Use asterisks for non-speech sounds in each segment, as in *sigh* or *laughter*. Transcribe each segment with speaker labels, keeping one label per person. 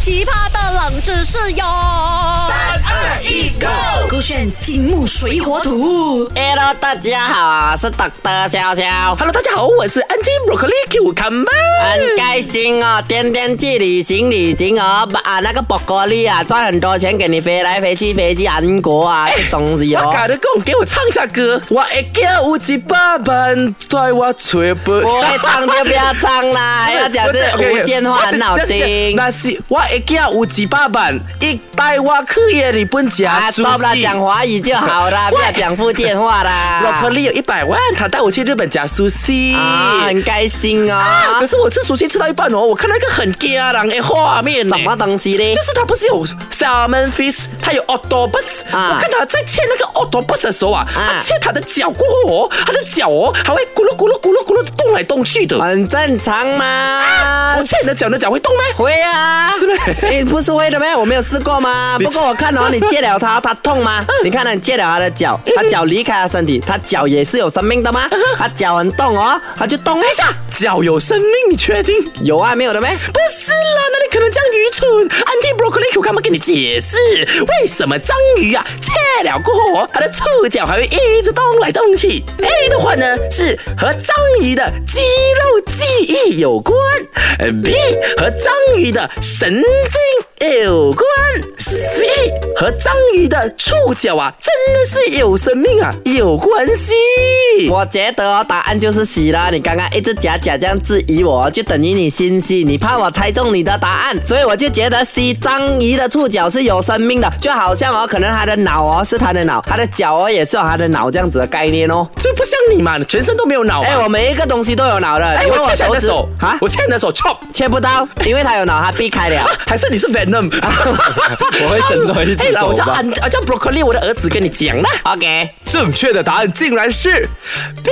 Speaker 1: 奇葩的冷知识哟！三
Speaker 2: 二一，Go！
Speaker 1: 勾选金木水火土。
Speaker 2: Hello，大家好啊，是德德悄悄，
Speaker 3: Hello，大家好，我是 Anti Broccoli Q 看吧。
Speaker 2: 很开心哦，天天去旅行旅行哦，把啊那个博格利啊赚很多钱，给你飞来飞去飞去韩国啊，这东
Speaker 3: *laughs*
Speaker 2: 西
Speaker 3: 我搞得
Speaker 2: 哦。
Speaker 3: 讲，给我唱一下歌。我会叫有一百万，带我吹不。
Speaker 2: 不会唱就不要唱啦，还要讲
Speaker 3: *laughs*
Speaker 2: 这福建话很好听。
Speaker 3: 那是我会叫有一百万，一带我去的日本吃
Speaker 2: 啊
Speaker 3: 苏
Speaker 2: ，stop 啦，
Speaker 3: 西。
Speaker 2: 讲华语就
Speaker 3: *laughs*
Speaker 2: 好啦，不要讲福建话
Speaker 3: 老 *laughs* 婆
Speaker 2: 啦。
Speaker 3: 里有一百万，他带我去日本夹苏西。
Speaker 2: 啊，很开心
Speaker 3: 啊 *laughs*
Speaker 2: 哦
Speaker 3: 可。是我吃熟西吃到一半哦，我看到一个很惊人的画面呢
Speaker 2: 什。么东西嘞
Speaker 3: *laughs* 就？是它不是有 salmon fish，它有 octopus、
Speaker 2: 啊
Speaker 3: 我看它在切那个 octopus 的时候啊，
Speaker 2: 啊
Speaker 3: 它切它的脚过后哦，它的脚哦还会咕噜咕噜咕噜咕噜地动来动去的。
Speaker 2: 很正常
Speaker 3: *laughs*
Speaker 2: 嘛
Speaker 3: 我。切你的脚，你的脚会动吗？
Speaker 2: 会啊，
Speaker 3: 是不
Speaker 2: 你不是会的咩？我没有试过吗？
Speaker 3: 你
Speaker 2: 不过我看哦，你借了 *laughs* 它，它痛吗？你看到你借了它的脚，
Speaker 3: 嗯
Speaker 2: 它脚离开了身体，它脚也是有生命的吗？它脚很动哦，它就动一下。
Speaker 3: 脚有生命，你确定？
Speaker 2: 有啊，没有的咩？
Speaker 3: 不是啦，哪里可能这样愚蠢？Anti broccoli，我干嘛跟你解释？为什么章鱼啊切了过后哦，它的触角还会一直动来动去？A 的话呢是和章鱼的肌肉记忆有关呃，B 和章鱼的神经有关，C 和章鱼的触角啊真的是有生命啊有关系。嗯
Speaker 2: 我觉得哦，答案就是洗啦。你刚刚一直假假这样质疑我，就等于你心虚，你怕我猜中你的答案，所以我就觉得西章鱼的触角是有生命的，就好像哦，可能它的脑哦是它的脑，它的脚哦也是有它的脑这样子的概念哦。
Speaker 3: 这不像你嘛，你全身都没有脑嘛。啊
Speaker 2: 哎、我每一个东西都有脑的。
Speaker 3: 哎
Speaker 2: 你
Speaker 3: 我
Speaker 2: 问我
Speaker 3: 切你
Speaker 2: 手
Speaker 3: 的
Speaker 2: 指
Speaker 3: 手
Speaker 2: 啊，
Speaker 3: 我切你的手，chop。
Speaker 2: 切不到，因为它有脑，它避
Speaker 4: *laughs*
Speaker 2: 开了。
Speaker 3: 还是你是 *laughs* Venom？
Speaker 4: 我会省略一只
Speaker 3: 哎啦我
Speaker 4: 手
Speaker 3: 叫
Speaker 4: 吧
Speaker 3: 安，我叫 Broccoli，我的儿子跟你讲啦。
Speaker 2: OK，
Speaker 4: 正确的答案竟然是
Speaker 3: B，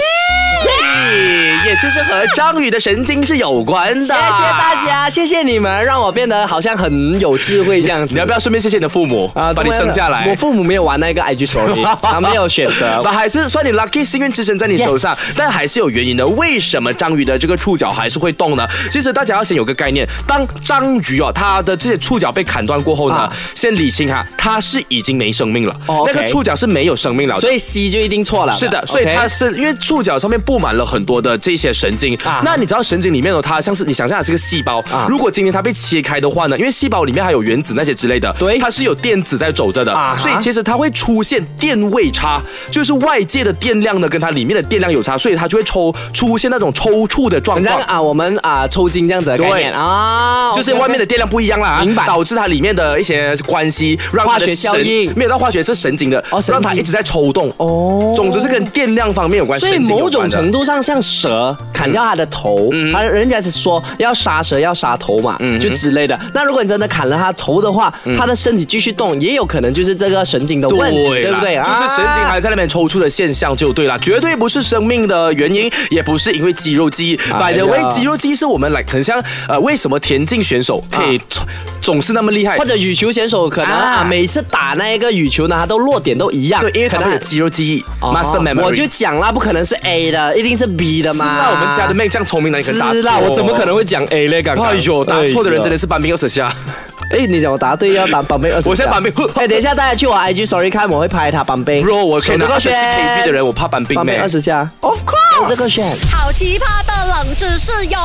Speaker 3: 也就是和章鱼的神经是有关的。谢
Speaker 2: 谢谢
Speaker 4: 啊
Speaker 2: 大。家，谢谢你们，让我变得好像很有智慧这样
Speaker 4: 你
Speaker 2: 子。啊
Speaker 4: 要不要顺便谢谢你的父母
Speaker 3: 啊
Speaker 4: 把你生下
Speaker 2: 我
Speaker 4: 来？
Speaker 2: 父母没有玩那个 IG
Speaker 4: *laughs*
Speaker 2: Story，他 *laughs* 没有选择。
Speaker 4: 那还是算你 lucky，幸运之神在你手上但还是有原因的。为什么章鱼的这个触角还是会动呢？其实大家要先有个概念，当章鱼哦它的这些触角被砍断过后呢，
Speaker 2: 啊
Speaker 4: 先理清哈，它是已经没生命了，
Speaker 2: 哦，OK
Speaker 4: 那个触角是没有生命了的。
Speaker 2: 所以 C 就一定错了。
Speaker 4: 是的，所以
Speaker 2: OK
Speaker 4: 它是因为触角上面布满了很多的这些神经。
Speaker 2: 啊
Speaker 4: 那你知道神经里面有它像是你想象它是个细胞、
Speaker 2: 啊
Speaker 4: 如果今天它被切开的话呢，因为细胞里面还有原子那些之类的，
Speaker 2: 对
Speaker 4: 它是有电子在走着的，
Speaker 2: 啊哈
Speaker 4: 所以其实它会出现电位差，就是外界的电量呢跟它里面的电量有差，所以它就会抽出现那种抽搐的状
Speaker 2: 很像
Speaker 4: 况。
Speaker 2: 啊，我们啊抽筋这样子的概
Speaker 4: 对
Speaker 2: 念啊，
Speaker 4: 就是外面的电量不一样啦、啊
Speaker 2: 明白
Speaker 4: 导致它里面的一些关系，让它的
Speaker 2: 啊化学效
Speaker 4: 神
Speaker 2: 应
Speaker 4: 没有到化学是神经的，
Speaker 2: 哦神经
Speaker 4: 让它一直在抽动。哦，总之是跟电量方面有关，
Speaker 2: 所以
Speaker 4: 呃神经有
Speaker 2: 某种
Speaker 4: 关的嗯
Speaker 2: 程度上，像蛇砍掉它的头，而人家是说要杀蛇要杀头嘛，
Speaker 4: 嗯
Speaker 2: 就之类的。那如果你真的砍了它头的话，它的身体继续动，也有可能就是这个神经的问题，对
Speaker 4: 啦
Speaker 2: 不对？啊
Speaker 4: 就是神经还在那边抽搐的现象就对了，绝对不是生命的原因，也不是因为肌肉记忆。
Speaker 2: 哎
Speaker 4: By
Speaker 2: 呀
Speaker 4: the way，肌肉记忆是我们来很像呃，为什么田径选手可以总总是那么厉害
Speaker 2: *laughs* 啊或？者羽球选手可能啊，
Speaker 4: 啊
Speaker 2: 每次打那一个羽球呢，他都落点都一样，
Speaker 4: 对，因为他
Speaker 2: 可
Speaker 4: 们
Speaker 2: 能
Speaker 4: 有肌肉记忆
Speaker 2: 哦
Speaker 4: （muscle memory）。
Speaker 2: 我就讲啦，不可能是 A 的，一定是 B 的
Speaker 4: 是啊
Speaker 2: 嘛。
Speaker 4: 啦，我们家的妹这样聪明，哪里可能答
Speaker 2: 是啦，
Speaker 4: 错
Speaker 2: 我怎么可能？会讲 A 嘞？刚刚
Speaker 4: 哎呦，答错的人真的
Speaker 2: 是。
Speaker 4: 是搬兵二十下。
Speaker 2: *laughs* 哎，你讲我答对要打板杯二十，
Speaker 4: 我现在板杯
Speaker 2: 哎，等一下大家去我 IG Story 看，我会拍他板杯。
Speaker 4: Bro，我可以拿
Speaker 2: 手
Speaker 4: 二
Speaker 2: 这个
Speaker 4: 十
Speaker 2: 选
Speaker 4: KG 的人，我怕搬兵
Speaker 2: 板杯
Speaker 4: 妹。
Speaker 2: 二十下。
Speaker 4: Of course。
Speaker 2: 这个选。
Speaker 1: 好奇葩的冷知识哟！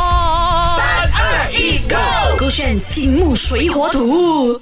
Speaker 1: 三二一，Go！勾选金木水火土。